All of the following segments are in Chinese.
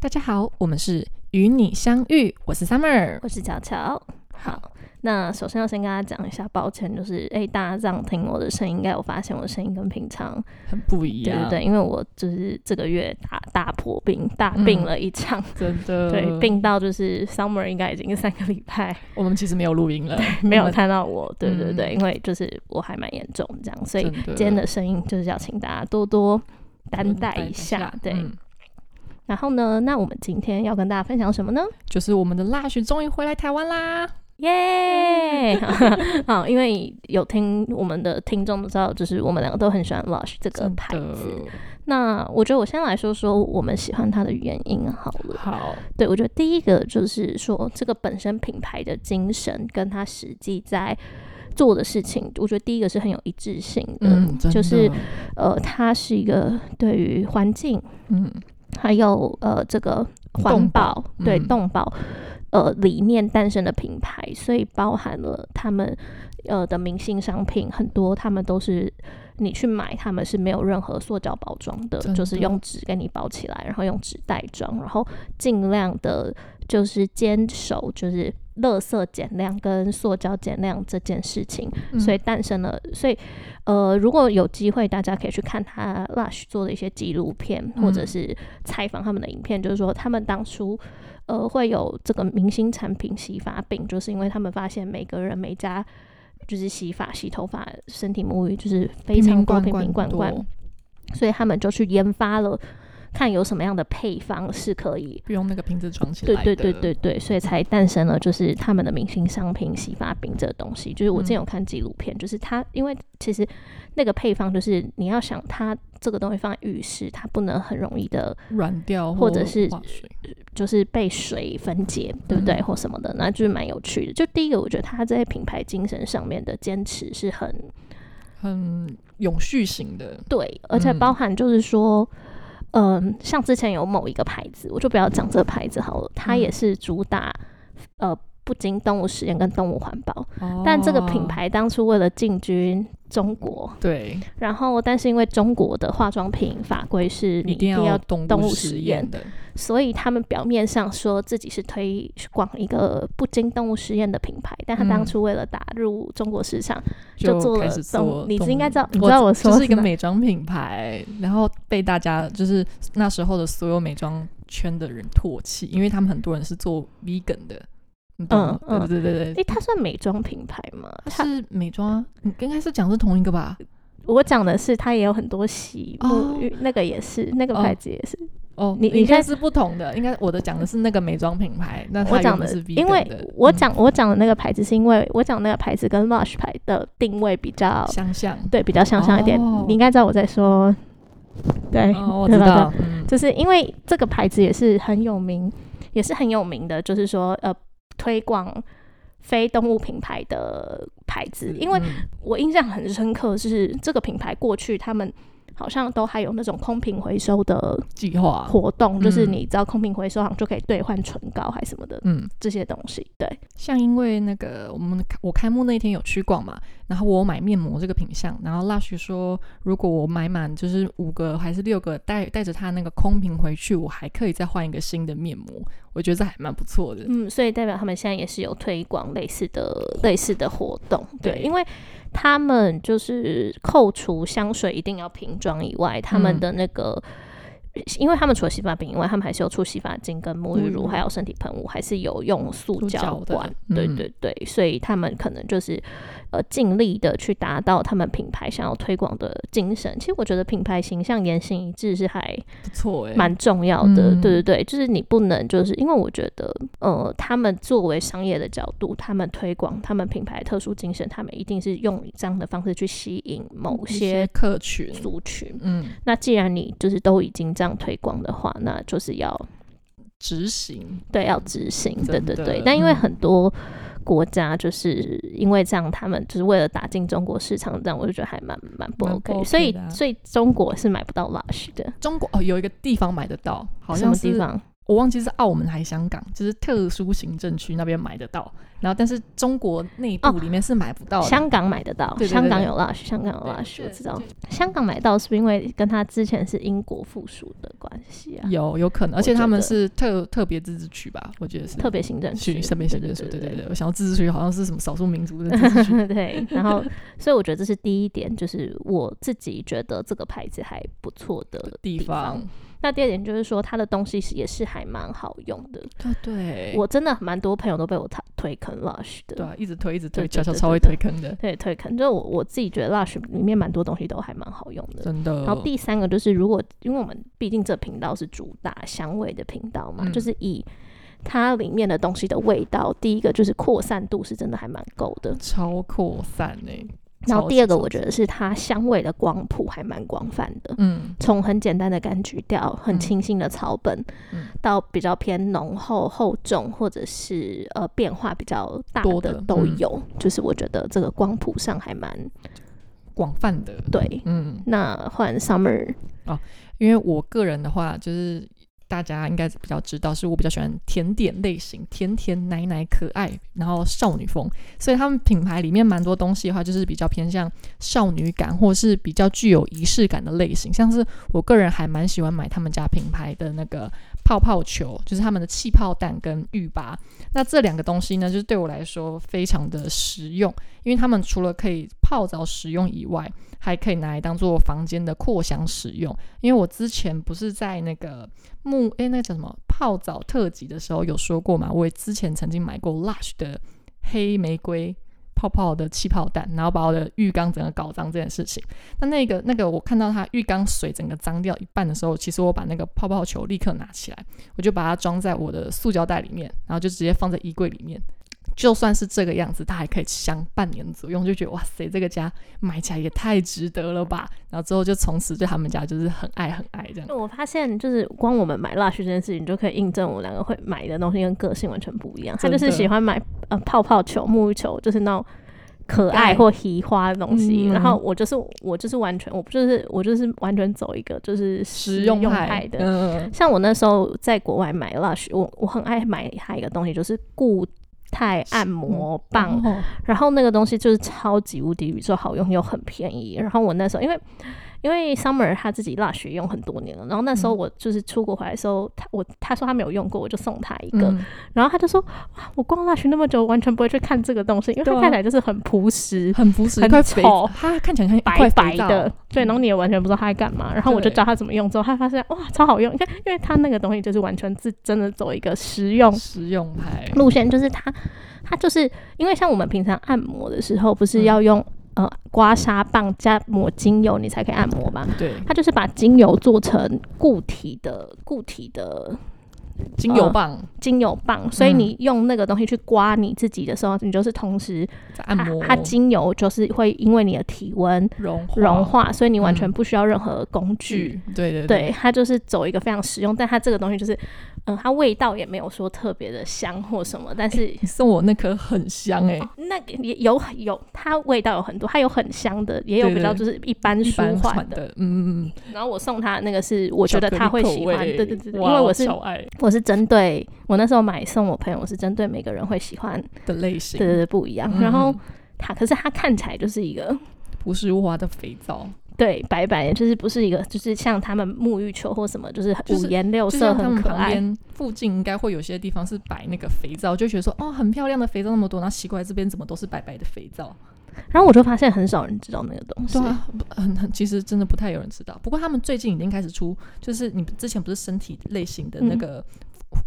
大家好，我们是与你相遇，我是 Summer。我是巧巧。好，那首先要先跟大家讲一下，抱歉，就是哎、大家这样听我的声音，应该有发现我的声音跟平常很不一对样，对对，因为我就是这个月大大破病，大病了一场。真的。对，病到就是 summer 应该已经三个礼 拜我们其实没有录音了，没我有们看到我，对对嗯对，因为就是我还蛮严重这样，所以真今天的声音就是要请大家多多担待一下，对。嗯然后呢，那我们今天要跟大家分享什么呢？就是我们的 Lush 终于回来台湾啦。耶！ 好，因为有听我们的听众都知道，就是我们两个都很喜欢 Lush 这个真牌子。的那我觉得我先来说说我们喜欢它的原因好了。好，对，我觉得第一个就是说这个本身品牌的精神跟它实际在做的事情，我觉得第一个是很有一致性的。嗯，真的就是呃，它是一个对于环境嗯，还有呃这个环动保，对嗯动保呃理念诞生的品牌，所以包含了他们呃的明星商品很多，他们都是你去买，他们是没有任何塑胶包装的，真就是的用纸给你包起来，然后用纸袋装，然后尽量的就是坚守就是。垃圾减量跟塑胶减量这件事情，嗯所以诞生了，所以呃，如果有机会，大家可以去看他 Lush 做的一些纪录片，或者嗯是采访他们的影片，就是说他们当初呃会有这个明星产品洗发饼，就是因为他们发现每个人每家就是洗发、洗头发、身体沐浴，就是非瓶常瓶多罐瓶罐瓶罐多罐，所以他们就去研发了，看有什么样的配方是可以不用那个瓶子装起对来对的，对对对，所以才诞生了就是他们的明星商品洗发饼这个东西。就是我之前嗯有看纪录片，就是它因为其实那个配方就是你要想它这个东西放在浴室，它不能很容易的软掉或者是化水就是被水分解，对不对，嗯或什么的，那就是蛮有趣的。就第一个，我觉得他在品牌精神上面的坚持是很很永续型的，对，而且嗯包含就是说。嗯，像之前有某一个牌子，我就不要讲这个牌子好了，它嗯也是主打、呃不经动物实验跟动物环保，但这个品哦牌当初为了进军中国，对然后但是因为中国的化妆品法规是你一定要动动物实实验的，所以他们表面上说自己是推广一个不经动物实验的品牌，但他当嗯初为了打入中国市场，就做开了始动做物，你动应该物知道，你我知道我说就是一个哪美妆品牌，然后被大家就是那时候的所有美妆圈的人唾弃，因为他们很多人是做 vegan 的，你懂吗？嗯嗯对对对对，诶，它算美妆品牌吗？它它是美妆啊，你应该是讲是同一个吧？我讲的是它也有很多洗沐哦浴，那个也是，那个哦牌子也是。哦，你你应该现在是不同的，应该我的讲的是那个美妆品牌，那它我讲原本的是 vegan 因为的我嗯讲我讲的那个牌子是因为我讲那个牌子跟 Lush 牌的定位比较相像，对，比较相像一点。哦你应该知道我在说，对，哦，我对知吧道，嗯，就是因为这个牌子也是很有名，也是很有名的，就是说呃，推广非动物品牌的牌子。因为嗯我印象很深刻，是这个品牌过去他们。好像都还有那种空瓶回收的计划，活动，就是嗯你知道空瓶回收好像就可以兑换唇膏还是什么的嗯。这些东西。对，像因为那个我们我开幕那一天有去逛嘛，然后我有买面膜这个品相，然后 Lush 说如果我买满就是五个还是六个带带着它那个空瓶回去，我还可以再换一个新的面膜，我觉得这还蛮不错的。嗯，所以代表他们现在也是有推广类似的类似的活动，对，对因为他们就是扣除香水一定要瓶装以外，他们嗯的那个。因为他们除了洗发饼以外，他们还是有出洗发精、跟沐浴沐浴乳，乳还有身体喷雾，还是有用塑嗯塑胶胶的管。嗯对对对，所以他们可能就是呃尽力的去达到他们品牌想要推广的精神。其实我觉得品牌形象言行一致是还不错哎、蛮重要的，嗯对对对，就是你不能就是因为我觉得，呃，他们作为商业的角度，他们推广他们品牌特殊精神，他们一定是用这样的方式去吸引某一些客群，族群。嗯，那既然你就是都已经这样推广的话，那就是要执行对要执行，对真对的对。但因为嗯很多国家就是因为这样，他们就是为了打进中国市场，这样我就觉得还蛮蛮不蛮不 OK。所以 OK 的啊所以中国是买不到 Lush 的，中国哦有一个地方买得到，好什么像地是方？我忘记是澳门还是香港，就是特殊行政区那边买得到，然后但是中国内部哦里面是买不到的。香港买得到，对对对香港对有 Lush，香港有对 Lush，我对知道对。香港买到是不是因为跟它之前是英国附属的关系啊？有有可能，而我且觉他们得是特特别自治区吧？我觉得是特别行政区，区，特别行政区。对对对对对，我想到自治区好像是什么少数民族的自治区。对 对。然后，所以我觉得这是第一点，就是我自己觉得这个牌子还不错的地方方。，那第二点就是说，它的东西是也是还蛮好用的。 对对，哦我真的蛮多朋友都被我推推坑 Lush 的，对啊，一直推一直推，对对悄悄对超对会推坑的，对推坑。就是我我自己觉得 Lush 里面蛮多东西都还蛮好用的。真的。然后第三个就是，如果因为我们毕竟这频道是主打香味的频道嘛，嗯就是以它里面的东西的味道，第一个就是扩散度是真的还蛮够的。超扩散呢、然后超第级二个，超我觉级得是它香味的光谱还蛮广泛的。嗯，从很简单的柑橘调、很嗯清新的草本，嗯到比较偏浓厚、厚重，或者是呃变化比较大多的的都嗯有。就是我觉得这个光谱上还蛮广泛的，对。嗯，那换 Summer 因为我个人的话，就是大家应该比较知道，是我比较喜欢甜点类型，甜甜奶奶可爱，然后少女风，所以他们品牌里面蛮多东西的话，就是比较偏向少女感，或是比较具有仪式感的类型。像是我个人还蛮喜欢买他们家品牌的那个泡泡球，就是他们的气泡蛋跟浴霸。那这两个东西呢，就是对我来说非常的实用，因为他们除了可以泡澡使用以外，还可以拿来当做房间的扩香使用。因为我之前不是在那个木诶，那个叫什么泡澡特辑的时候有说过嘛，我也之前曾经买过 Lush 的黑玫瑰泡泡的气泡弹，然后把我的浴缸整个搞脏这件事情。那那个那个我看到它浴缸水整个脏掉一半的时候，其实我把那个泡泡球立刻拿起来，我就把它装在我的塑胶袋里面，然后就直接放在衣柜里面。就算是这个样子，它还可以香半年左右，就觉得哇塞，这个家买起来也太值得了吧！然后之后就从此对他们家就是很爱很爱这样。我发现，就是光我们买 Lush 这件事情，就可以印证我们两个会买的东西跟个性完全不一样。他真就的是喜欢买呃泡泡球、沐浴球，就是那种可爱爱或嘻花的东西。嗯然后我就是我就是完全我不就是我就是完全走一个就是实用用派的。嗯，像我那时候在国外买 Lush，我我很爱买它一个东西，就是固态按摩棒然后然后那个东西就是超级无敌宇宙好用又很便宜。然后我那时候因为因为 Summer 他自己 Lush 也用很多年了，然后那时候嗯我就是出国回来的时候，他我他说他没有用过，我就送他一个。嗯，然后他就说哇，我逛 Lush 那么久，完全不会去看这个东西，因为对它啊看起来就是很朴实。很朴实，很一块肥丑它看起来像一白块白肥皂的，对，然后你也完全不知道他在干嘛。然后我就对教他怎么用，之后他发现哇，超好用！你看，因为他那个东西就是完全是真的走一个实用实用派，路线，就是它，它就是因为像我们平常按摩的时候，不嗯是要用、呃刮痧棒加抹精油你才可以按摩吗？对，它就是把精油做成固体的固体的精油棒精油棒，所以嗯你用那个东西去刮你自己的时候，你就是同时在它按摩，它精油就是会因为你的体温融化融化，所以你完全嗯不需要任何工具。剧，对对对，它就是走一个非常实用，但它这个东西就是，嗯，它味道也没有说特别的香或什么，但是你送我那颗很香哎，那个也有有，它味道有很多，它有很香的，也有对比较对就是一般一舒般缓款的。的，嗯嗯嗯，然后我送他那个是，我觉得他会喜欢，巧克力口味对对对，对因哇为我是超爱我是针对我那时候买送我朋友，我是针对每个人会喜欢，的类型对，对对不一样。嗯然后它可是它看起来就是一个不是花的肥皂，对白白的，就是不是一个就是像他们沐浴球或什么，就是就五是颜六就色像他很们可旁爱。边附近应该会有些地方是摆那个肥皂，就觉得说哦很漂亮的肥皂那么多，然后奇怪这边怎么都是白白的肥皂，然后我就发现很少人知道那个东西对。啊，不很很，其实真的不太有人知道。不过他们最近已经开始出，就是你之前不是身体类型的那嗯个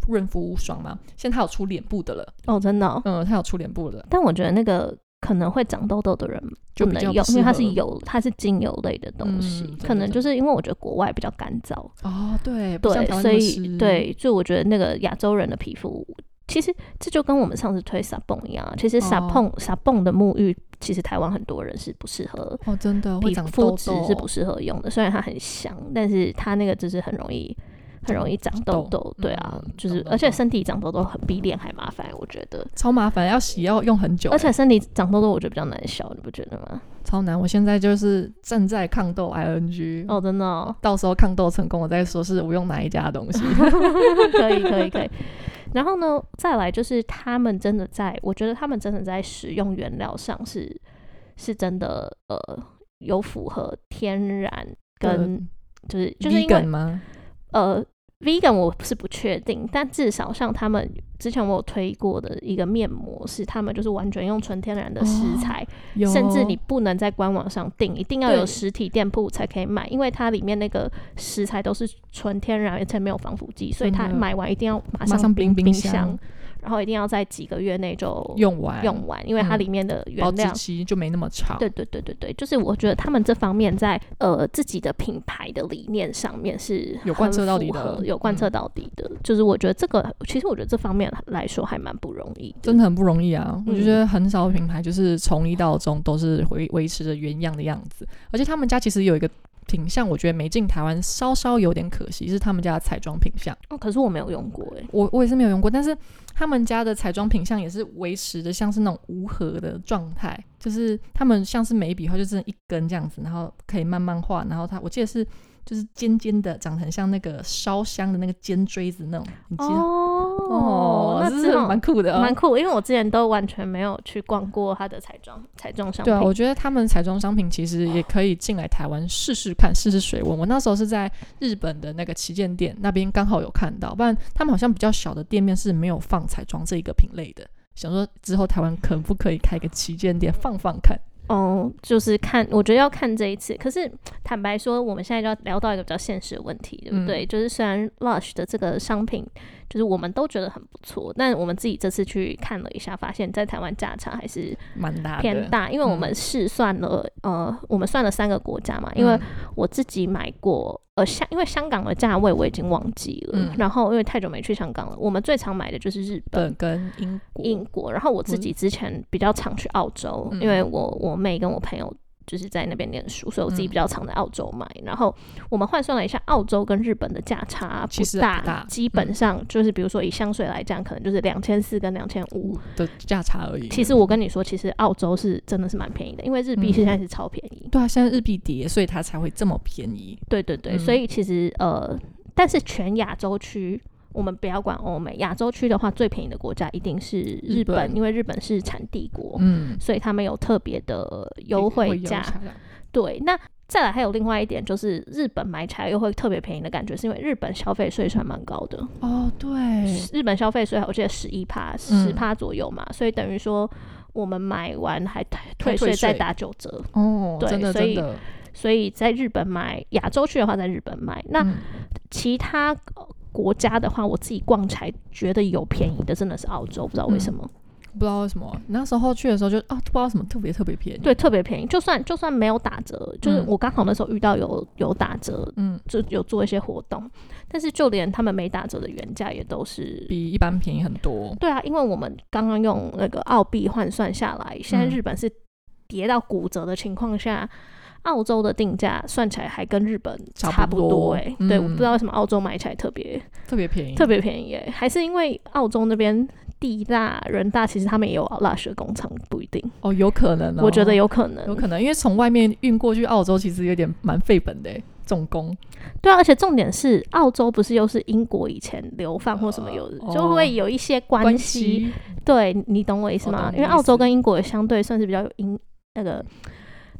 润肤霜吗？现在它有出脸部的了，哦，真的哦、嗯，它有出脸部的了，但我觉得那个可能会长痘痘的人就不比能较用，因为它是有油，它是精油类的东西，嗯可能就是因为我觉得国外比较干燥，哦，对，不像对台，湾所那么以湿，对，就我觉得那个亚洲人的皮肤，其实这就跟我们上次推 s a b o n 一样啊，其实哦 s a b o n s a b o n 的沐浴，其实台湾很多人是不适合。哦，真的会皮长肤痘质痘，是不适合用的，虽然它很香，但是它那个就是很容易很容易长痘痘。对啊，嗯就是长痘而且痘身体长痘痘很比脸还麻烦，我觉得。超麻烦，要洗要用很久、欸而且身体长痘痘，我觉得比较难消，你不觉得吗？超难。我现在就是正在抗痘 ing，、哦，真的、哦，到时候抗痘成功，我再说是我用哪一家的东西。可以，可以，可以。然后呢，再来就是他们真的在，我觉得他们真的在使用原料上是是真的呃有符合天然跟 就是就是因为梗吗？呃，vegan 我是不确定，但至少像他们之前我有推过的一个面膜是，他们就是完全用纯天然的食材，有甚至你不能在官网上订，一定要有对实体店铺才可以买，因为它里面那个食材都是纯天然，而且没有防腐剂，所以真它的买完一定要马嗯马上冰冰冰箱然后一定要在几个月内就用完用完，因为它嗯里面的原保质料期就没那么长。对对对对对，就是我觉得他们这方面在呃自己的品牌的理念上面是有贯很彻到符底的嗯合有贯彻到底的。就是我觉得这个，其实我觉得这方面来说还蛮不容易的。真的很不容易啊！我嗯觉得很少品牌就是从一到终都是维维持着原样的样子，而且他们家其实有一个品相，我觉得没进台湾稍稍有点可惜，是他们家的彩妆品相。哦，可是我没有用过哎、我我也是没有用过，但是他们家的彩妆品相也是维持的像是那种无核的状态，就是他们像是每一笔画就是一根这样子，然后可以慢慢画，然后它我记得是就是尖尖的，长得很像那个烧香的那个尖锥子那种，你记得？哦那这真是的蛮酷的、哦，蛮酷，因为我之前都完全没有去逛过它的彩妆彩妆商对品。啊，我觉得他们彩妆商品其实也可以进来台湾试试看，试试水温。我那时候是在日本的那个旗舰店那边刚好有看到，不然他们好像比较小的店面是没有放彩妆这一个品类的。想说之后台湾可不可以开个旗舰店放放看？哦，就是看，我觉得要看这一次。可是坦白说，我们现在就要聊到一个比较现实的问题，对不嗯对？就是虽然 Lush 的这个商品，就是我们都觉得很不错，但我们自己这次去看了一下，发现在台湾价差还是蛮大的，嗯偏大，因为我们试算了，呃，我们算了三个国家嘛，因为嗯我自己买过，呃，香，因为香港的价位我已经忘记了，嗯然后因为太久没去香港了，我们最常买的就是日本。本跟英国，英国，然后我自己之前比较常去澳洲，嗯因为我我妹跟我朋友就是在那边念书，所以我自己比较常在澳洲买。然后我们换算了一下，澳洲跟日本的价差其实大，不大基本上就是比如说以香水来讲，可能就是两千四跟两千五。的价差而已。其实我跟你说，其实澳洲是真的是蛮便宜的，因为日币嗯现在是超便宜。对啊，现在日币跌，所以它才会这么便宜。对对对，嗯所以其实呃，但是全亚洲区。我们不要管欧美，亚洲区的话，最便宜的国家一定是日日本，本因为日本是产地国。嗯，所以他们有特别的优惠价。对，那再来还有另外一点，就是日本买起来又会特别便宜的感觉，是因为日本消费税算蛮高的，哦，对，日本消费税我记得十一嗯趴、十趴左右嘛，所以等于说我们买完还退退退税税再打九折，哦，对真的所以真的。所以在日本买亚洲区的话，在日本买那嗯其他。呃国家的话，我自己逛起来觉得有便宜的，真的是澳洲，不知道为嗯什么。不知道为什么那时候去的时候就啊，不知道什么特别特别便宜。对，特别便宜。就算就算没有打折，就是嗯我刚好那时候遇到有有打折，嗯，就有做一些活动，但是就连他们没打折的原价也都是。比一般便宜很多。对啊，因为我们刚刚用那个澳币换算下来，现在嗯日本是跌到骨折的情况下，澳洲的定价算起来还跟日本差不差不多多哎、对，嗯我不知道为什么澳洲买起来特别、特别便宜，特别别便宜哎、还是因为澳洲那边地大人大，其实他们也有 Lush 的工厂，不一定，哦，有可能、哦，我觉得有可能，有可能，因为从外面运过去澳洲其实有点蛮费本的欸，重工对啊，而且重点是，澳洲不是又是英国以前流放或什么有，哦就会有一些关关系。对你懂我意思我吗？懂因为你意澳洲思跟英国相对算是比较有因那个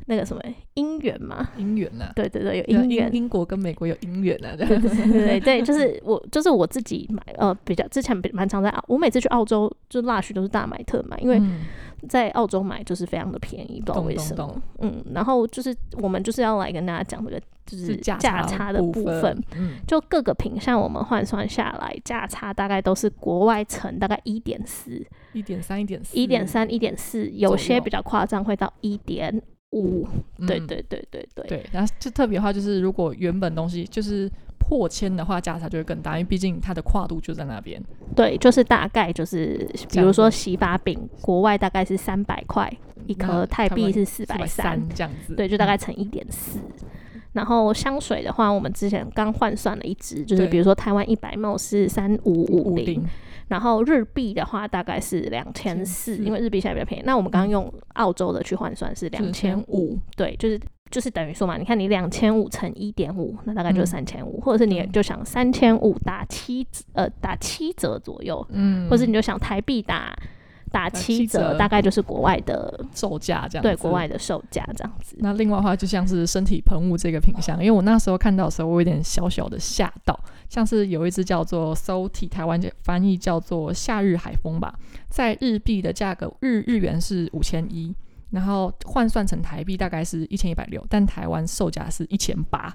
那个什么姻缘嘛。姻缘呐。对对对，有英姻缘。啊英国跟美国有姻缘啊，这 对样对对对对，就是我就是我自己买，呃，比较之前比蛮常在澳，我每次去澳洲就 Lush 都是大买特买，因为嗯在澳洲买就是非常的便宜，不知道懂为什懂么懂。嗯，然后就是我们就是要来跟大家讲这个就是是价价差的部部分，，嗯，就各个品项我们换算下来，价差大概都是国外乘大概一点四、一点三、一点四、一点，三、一点四，有些比较夸张会到一点五。对对对对嗯对。对。然后就特别的话，就是如果原本东西就是破千的话，价差就会更大，因为毕竟它的跨度就在那边。对就是大概就是，比如说洗发饼，国外大概是三百块一颗，嗯那泰湾币是四四百三，这样子，对，就大嗯概乘一点四。然后香水的话，我们之前刚换算了一支，就是对比如说台湾一百 ml 是三五五五零零，，然后日币的话大概是两千四， 2400因为日币现在比较便宜。那我们刚刚用澳洲的去换算是两千五2500，对，就是就是等于说嘛，你看你两千五乘一点五，那大概就是三千五，或者是你也嗯对就想三千五打七呃打七折左右，嗯，或是你就想台币打打七七折，折大概就是国外的售价这样子，对国外的售价这样子。那另外的话，就像是身体喷雾这个品相，因为我那时候看到的时候，我有点小小的吓到，像是有一支叫做 Salty，台湾翻译叫做夏日海风吧，在日币的价格，日日元是五千一，然后换算成台币大概是一千一百六，但台湾售价是一千八，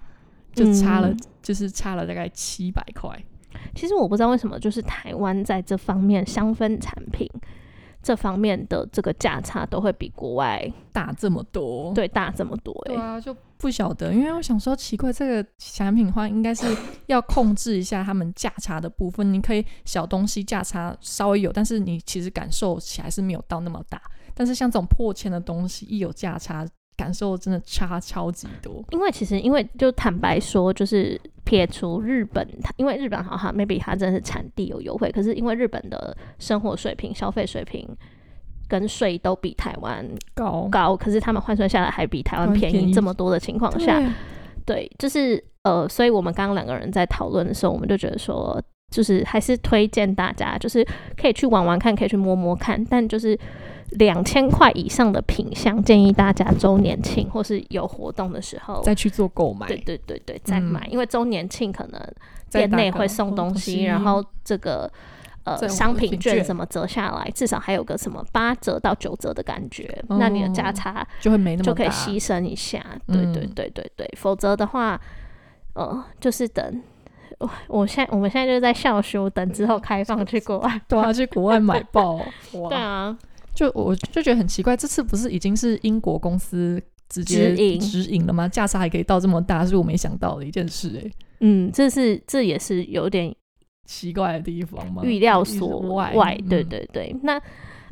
就差了，嗯就是差了大概七百块。其实我不知道为什么，就是台湾在这方面香氛产品这方面的这个价差都会比国外大这么多，对大这么多、欸，哦对啊，就不晓得，因为我想说，奇怪，这个产品的话，应该是要控制一下他们价差的部分。你可以小东西价差稍微有，但是你其实感受起来是没有到那么大。但是像这种破千的东西，一有价差，感受真的差超级多。因为其实，因为就坦白说，就是撇除日本，它因为日本好哈，maybe 它真的是产地有优惠，可是因为日本的生活水平、消费水平跟税都比台湾高高，可是他们换算下来还比台湾台湾便便宜宜这么多的情况下，对，就是呃，所以我们刚刚两个人在讨论的时候，我们就觉得说，就是还是推荐大家，就是可以去玩玩看，可以去摸摸看，但就是两千块以上的品相，建议大家周年庆或是有活动的时候。再去做购买对，对对对，再嗯买，因为周年庆可能再店打哦内个会送东西，然后这个呃再有商个品品券券什么折下来，至少还有个什么八折到九折的感觉，那你的价哦差就会没那么就可以大牺牲一下。对对嗯对对对，否则的话，呃，就是等。我我现在我们现在就是在校修，等之后开放去 国外。对啊，去国外买爆，哇！对啊，就我就觉得很奇怪，这次不是已经是英国公司直接直营直营了吗？价差还可以到这么大，是我没想到的一件事、欸，嗯，这是这也是有点奇怪的地方吗？预料之所外，对嗯，对对。那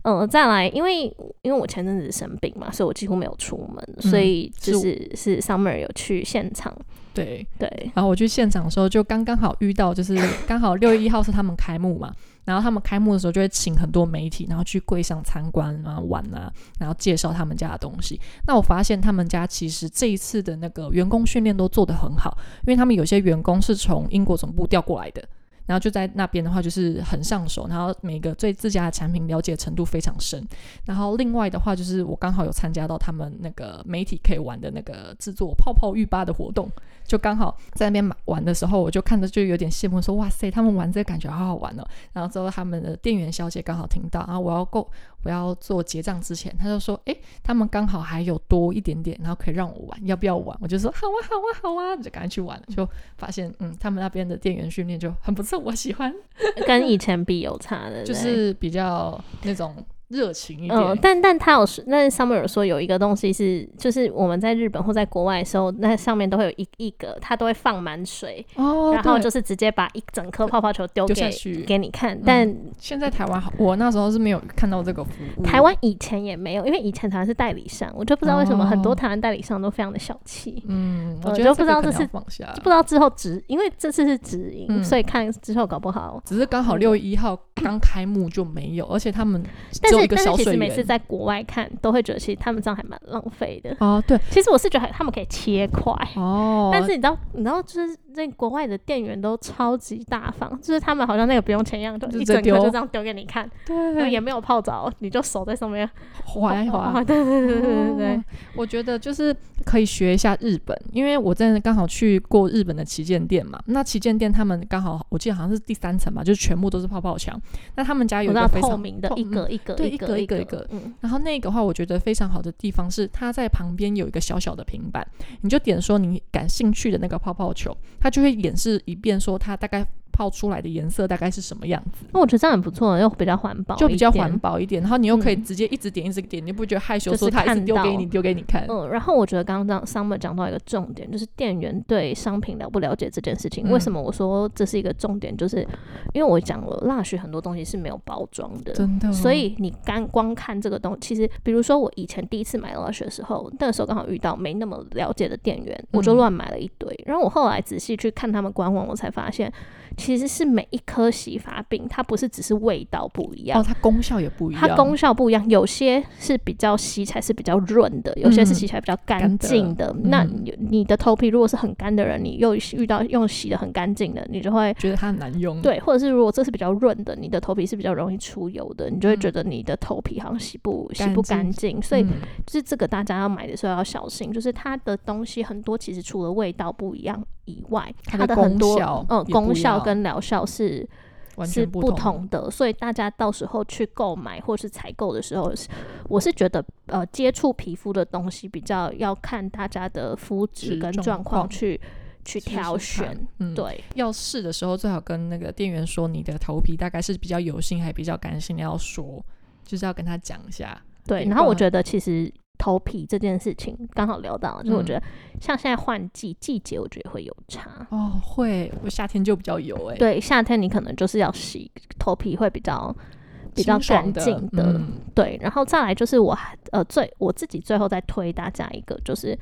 呃，再来，因为因为我前阵子生病嘛，所以我几乎没有出门，所嗯以就是我是是 Summer 有去现场，对。对，然后我去现场的时候，就刚刚好遇到，就是 刚好六月一号是他们开幕嘛，然后他们开幕的时候就会请很多媒体，然后去柜上参观啊、玩啊，然后介绍他们家的东西。那我发现他们家其实这一次的那个员工训练都做得很好，因为他们有些员工是从英国总部调过来的。然后就在那边的话，就是很上手，然后每个对自家的产品了解程度非常深。然后另外的话，就是我刚好有参加到他们那个媒体可以玩的那个制作泡泡浴吧的活动，就刚好在那边买玩的时候，我就看着就有点羡慕，说哇塞，他们玩这个感觉好好玩哦。然后之后他们的店员小姐刚好听到，啊然后我要购我要做结账之前，她就说，诶，他们刚好还有多一点点，然后可以让我玩，要不要玩？我就说好啊，好啊，好啊，就赶快去玩了。就发现，嗯，他们那边的店员训练就很不错，我喜欢，跟以前比有差的，对不就对是比较那种热情一点。嗯，但但他有说，那 Summer 有说有一个东西是，就是我们在日本或在国外的时候，那上面都会有一一个，他都会放满水，哦，然后对就是直接把一整颗泡泡球丢丢下给去嗯给你看。但现在台湾好，我那时候是没有看到这个服务，台湾以前也没有，因为以前台湾是代理商，我就不知道为什么哦很多台湾代理商都非常的小气。嗯，我嗯觉就得不知道这个可能这要是放下，就不知道之后直，因为这次是直营，嗯所以看之后搞不好。只是刚好六月一号刚开幕就没有，而且他们嗯但只有是一个但是小其水实每次源。在国外看，都会觉得其实他们这样还蛮浪费的。哦，对，其实我是觉得他们可以切块，哦，但是你知道，你知道，就是那国外的店员都超级大方，就是他们好像那个不用钱一样，就就一直接整颗就丢这样丢给你看，然后也对，没有泡澡，你就手在上面滑一滑，哦对对对对对对哦，我觉得就是可以学一下日本，因为我真的刚好去过日本的旗舰店嘛。那旗舰店他们刚好，我记得好像是第三层吧，就是全部都是泡泡墙。那他们家我有一知个道非常透明的透嗯一格一格对一一格格一格格一一格格，嗯，然后那个话，我觉得非常好的地方是，它在旁边有一个小小的平板，你就点说你感兴趣的那个泡泡球，它就会演示一遍，说它大概泡出来的颜色大概是什么样子，那我觉得这样很不错，又比较环保，就比较环。保一点。然后你又可以嗯直接一直点一直点，你不觉得害羞？就是说他一直看丢给到你，丢给你看。嗯，然后我觉得刚刚 Summer 讲到一个重点，就是店员对商品了不了解这件事情。嗯为什么我说这是一个重点？就是因为我讲了，蜡许很多东西是没有包装的，真的哦、所以你干光看这个东其实比如说我以前第一次买蜡许的时候，那个时候刚好遇到没那么了解的店员，我就嗯乱买了一堆。然后我后来仔细去看他们官网，我才发现其实是每一颗洗发饼，它不是只是味道不一样哦，，它功效也不一样，它功效不一样，有些是比较洗起来是比较润的，有些是洗起来比较干净的。嗯干的那嗯你你的头皮如果是很干的人，你又遇到用洗的很干净的，你就会。觉得它很难用。，对，或者是如果这是比较润的，你的头皮是比较容易出油的，你就会嗯觉得你的头皮好像洗不洗干不净干净，所以嗯就是这个大家要买的时候要小心，就是它的东西很多，其实除了味道不一样以外，它它的很功多效嗯也不一功效样跟疗效是完是全不同。同的，所以大家到时候去购买或是采购的时候，是我是觉得呃接触皮肤的东西比较要看大家的肤质是跟状状况况去去试挑试看选。嗯，对，要试的时候最好跟那个店员说你的头皮大概是比较油性还比较干性，要说就是要跟他讲一下。对，对然后不我然觉得其实头皮这件事情刚好聊到了，就是我嗯觉得像现在换季季节，我觉得会有差。哦，会，我夏天就比较油哎、欸，对，夏天你可能就是要洗头皮会比较比较清爽干的净的，嗯对，然后再来就是我还呃最我自己最后再推大家一个就是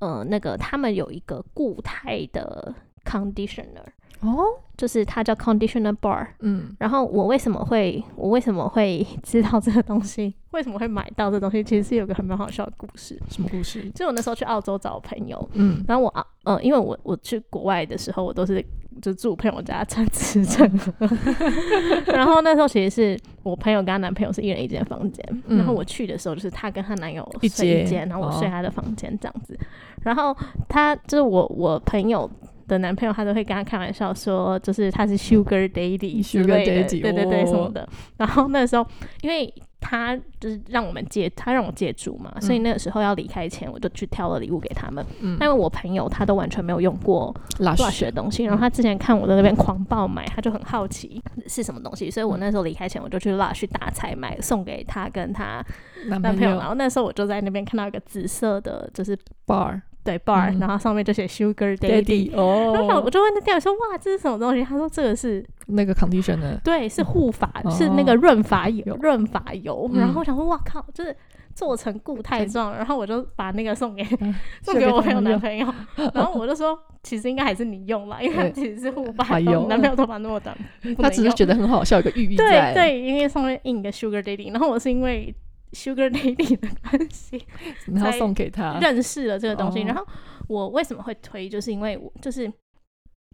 呃那个他们有一个固态的 conditioner，哦，就是它叫 conditioner bar。嗯，然后我为什么会我为什么会 知道这个东西，为什么会买到这东西，其实是有个很蛮好笑的故事。什么故事？就我那时候去澳洲找朋友，嗯，然后我啊，呃，因为我我去国外的时候，我都是就住朋友家蹭 吃蹭喝。然后那时候其实是我朋友跟她男朋友是一人一间房间，嗯然后我去的时候就是她跟她男友一睡一间间，然后我睡哦她的房间这样子。然后她就是我我朋友。的男朋友他都会跟她开玩笑说，就是他是 Sugar Daddy 之 Sugar 类的 daddy，对对对哦什么的。然后那时候，因为他就是让我们借，他让我借住嘛，所以嗯那个时候要离开前，我就去挑了礼物给他们。嗯那因为我朋友他都完全没有用过拉化学的东西，然后他之前看我在那边狂爆买，他就很好奇是什么东西，所以嗯我那时候离开前我就去 Lush 大采买送给他跟他男男朋朋友，友然后那时候我就在那边看到一个紫色的，就是 bar 对 bar，、嗯然后上面就写 Sugar daddy Daddy。然 后我想哦我，就问他店员说：“哇，这是什么东西？”他说：“这个是那个 conditioner 对，是护发，哦是那个润发油有，润发油。”嗯然后我想说：“哇靠，就是做成固态状。”然后我就把那个 送给嗯送给我朋友送给男他朋友， 然后我就说，其实应该还是你用啦，因为他对其实是护发哎油，呦男朋友头发那么短，不他能只是用觉得很好笑，有个寓意对在，对，因为上面印一个 Sugar Daddy，然后我是因为 Sugar Daddy 的关系对，然后送给他，认识了这个东西。哦然后我为什么会推，就是因为我就是。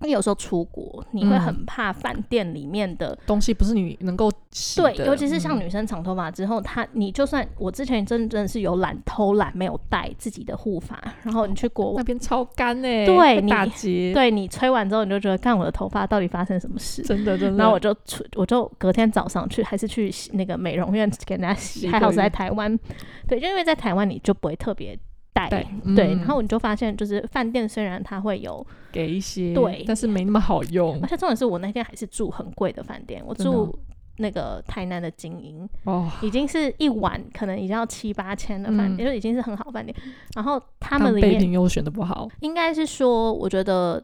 因为有时候出国，你会嗯很怕饭店里面的东西不是你能够洗对，的尤其是嗯像女生长头发之后，她你就算我之前真真的是有懒偷懒没有带自己的护发，然后你去国外嗯那，边超干哎，对会你打结， 对你吹完之后，你就觉得干我的头发到底发生什么事？真的真的。然后我就出，我就隔天早上去，还是去洗那个美容院给人家洗，洗还好个是在浴台湾，对，就因为在台湾你就不会特别带，对对嗯然后你就发现就是饭店虽然它会有，给一些，对但是没那么好用 而且重点是我那天还是住很贵的饭店，我真的哦住那个台南的精英，哦。已经是一晚可能已经要七八千的嗯饭店，就已经是很好的饭店，然后他们里备面品又选的不好，应该是说，我觉得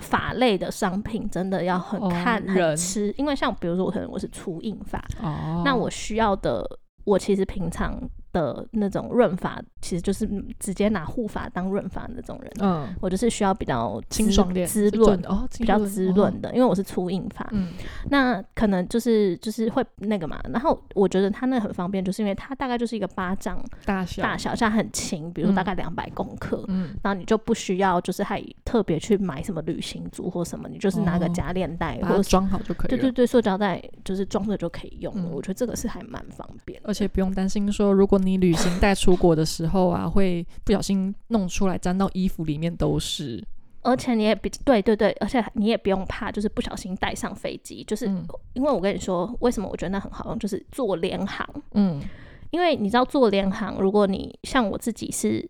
法类的商品真的要很哦看、很人吃，因为像比如说我可能我是初印法，哦，那我需要的，我其实平常的那种润发，其实就是直接拿护发当润发那种人，嗯，我就是需要比较清滋爽点，滋是润准。哦，比清较爽滋哦润的，因为我是初印法，嗯，那可能就是就是会那个嘛。然后我觉得它那很方便，就是因为它大概就是一个巴掌大小大小，像很轻，比如说嗯大概两百公克，嗯，然后你就不需要就是还特别去买什么旅行组或什么，你就是拿个哦夹链袋把或它者是装好就可以对了。对对，塑胶袋就是装着就可以用了。嗯我觉得这个是还蛮方便的。而且不用担心说，如果你旅行带出国的时候啊，会不小心弄出来沾到衣服里面都是。而且你也比对对对，而且你也不用怕，就是不小心带上飞机，就是、嗯因为我跟你说，为什么我觉得那很好用，就是做联航，嗯，因为你知道做联航，如果你像我自己是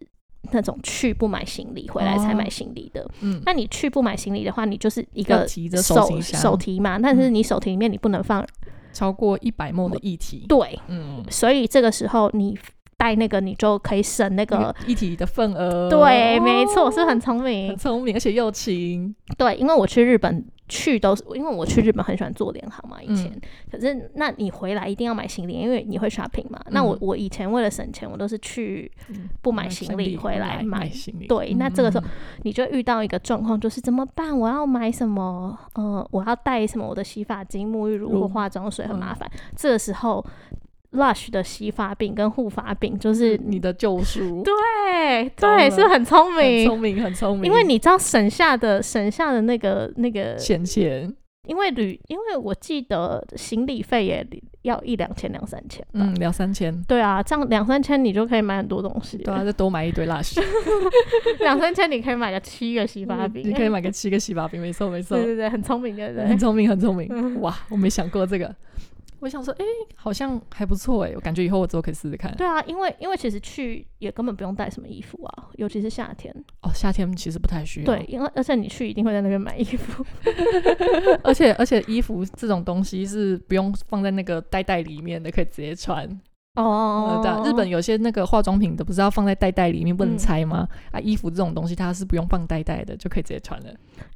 那种去不买行李回来哦才买行李的。嗯，那你去不买行李的话，你就是一要个提着手手提箱，嗯手提嘛，但是你手提里面你不能放超过一百梦的议题，对，嗯，所以这个时候你带那个你就可以省那那个。个议题的份额，对，哦没错，是不是很聪很明。聪明，而且又勤，对，因为我去日本去都是因为我去日本很喜欢做联航嘛，以前。嗯可是那你回来一定要买行李，因为你会 shopping 嘛。那我嗯我以前为了省钱，我都是去嗯不买行李回来买买行李，对那嗯这个时候嗯你就遇到一个状况，就是怎么办？我要买什么？呃，我要带什么？我的洗发精、沐浴乳乳或化妆水很麻嗯烦。这个时候，Lush 的洗发饼跟护发饼就是嗯你的救 赎，对懂对，了是不是很聪很明？聪明，很聪明，因为你知道省下的省下的那个那个，闲钱，因为旅，因为我记得行李费也要一两千两三千吧。嗯，两三千，对啊，这样两三千你就可以买很多东西。对啊，，再多买一堆辣食，两三千你可以买个七个洗 发饼，嗯你可以买个七个洗发饼，没错没错对，对对，很聪明，对不对很？聪明，很聪明，嗯哇，我没想过这个。我想说，哎、好像还不错哎、我感觉以后我之后可以试试看。对啊，因为因为其实去也根本不用带什么衣服啊，尤其是夏天。哦，夏天其实不太需要。对，，因为而且你去一定会在那边买衣服。而且而且衣服这种东西是不用放在那个袋袋里面的，可以直接穿。呃，哦对啊、日本有些那个化妆品的不是要放在袋袋里面不能嗯拆吗？啊，衣服这种东西它是不用放袋袋的，就可以直接穿了。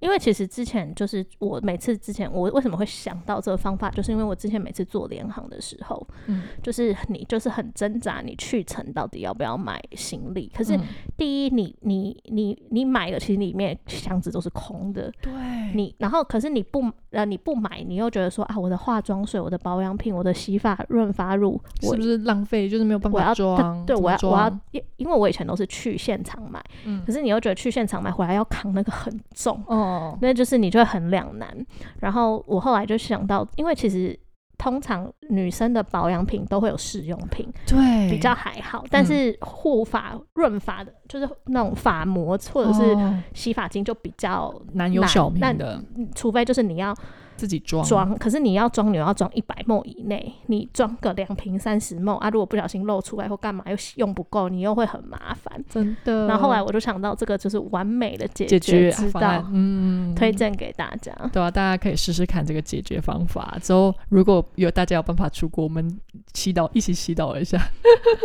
因为其实之前就是我每次之前我为什么会想到这个方法，就是因为我之前每次做联航的时候，嗯，就是你就是很挣扎，你去程到底要不要买行李？可是嗯第一，你你你你买了，其实里面箱子都是空的，对，你然后可是你不呃你不买，你又觉得说啊我的化妆水、我的保养品、我的洗发润发乳，我是不是浪费？就是没有办我法要装。对怎我么要我要装，因因为我以前都是去现场买，嗯可是你又觉得去现场买回来要扛那个很重，哦，那就是你就会很两难。然后我后来就想到，因为其实通常女生的保养品都会有试用品，对，嗯比较还好，但是护发、润发的，就是那种发膜或者是哦洗发精就比较，男友难小明那的除非就是你要自己装装，可是你要装，你要装一百沫以内，你装个两瓶三十沫啊，如果不小心漏出来或干嘛又用不够，你又会很麻烦。真的。然后后来我就想到这个就是完美的解嗯解决之方道案，，嗯，推荐给大家。对啊，大家可以试试看这个解决方法。之后如果有大家有办法出国，我们祈祷一起祈祷一下，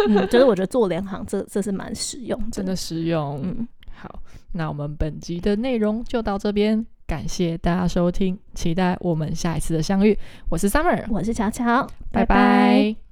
嗯， 就是我觉得做联行这这是蛮实用的， 真的实用。嗯，好，那我们本集的内容就到这边，感谢大家收听，期待我们下一次的相遇。我是 Summer，我是巧巧，拜拜拜拜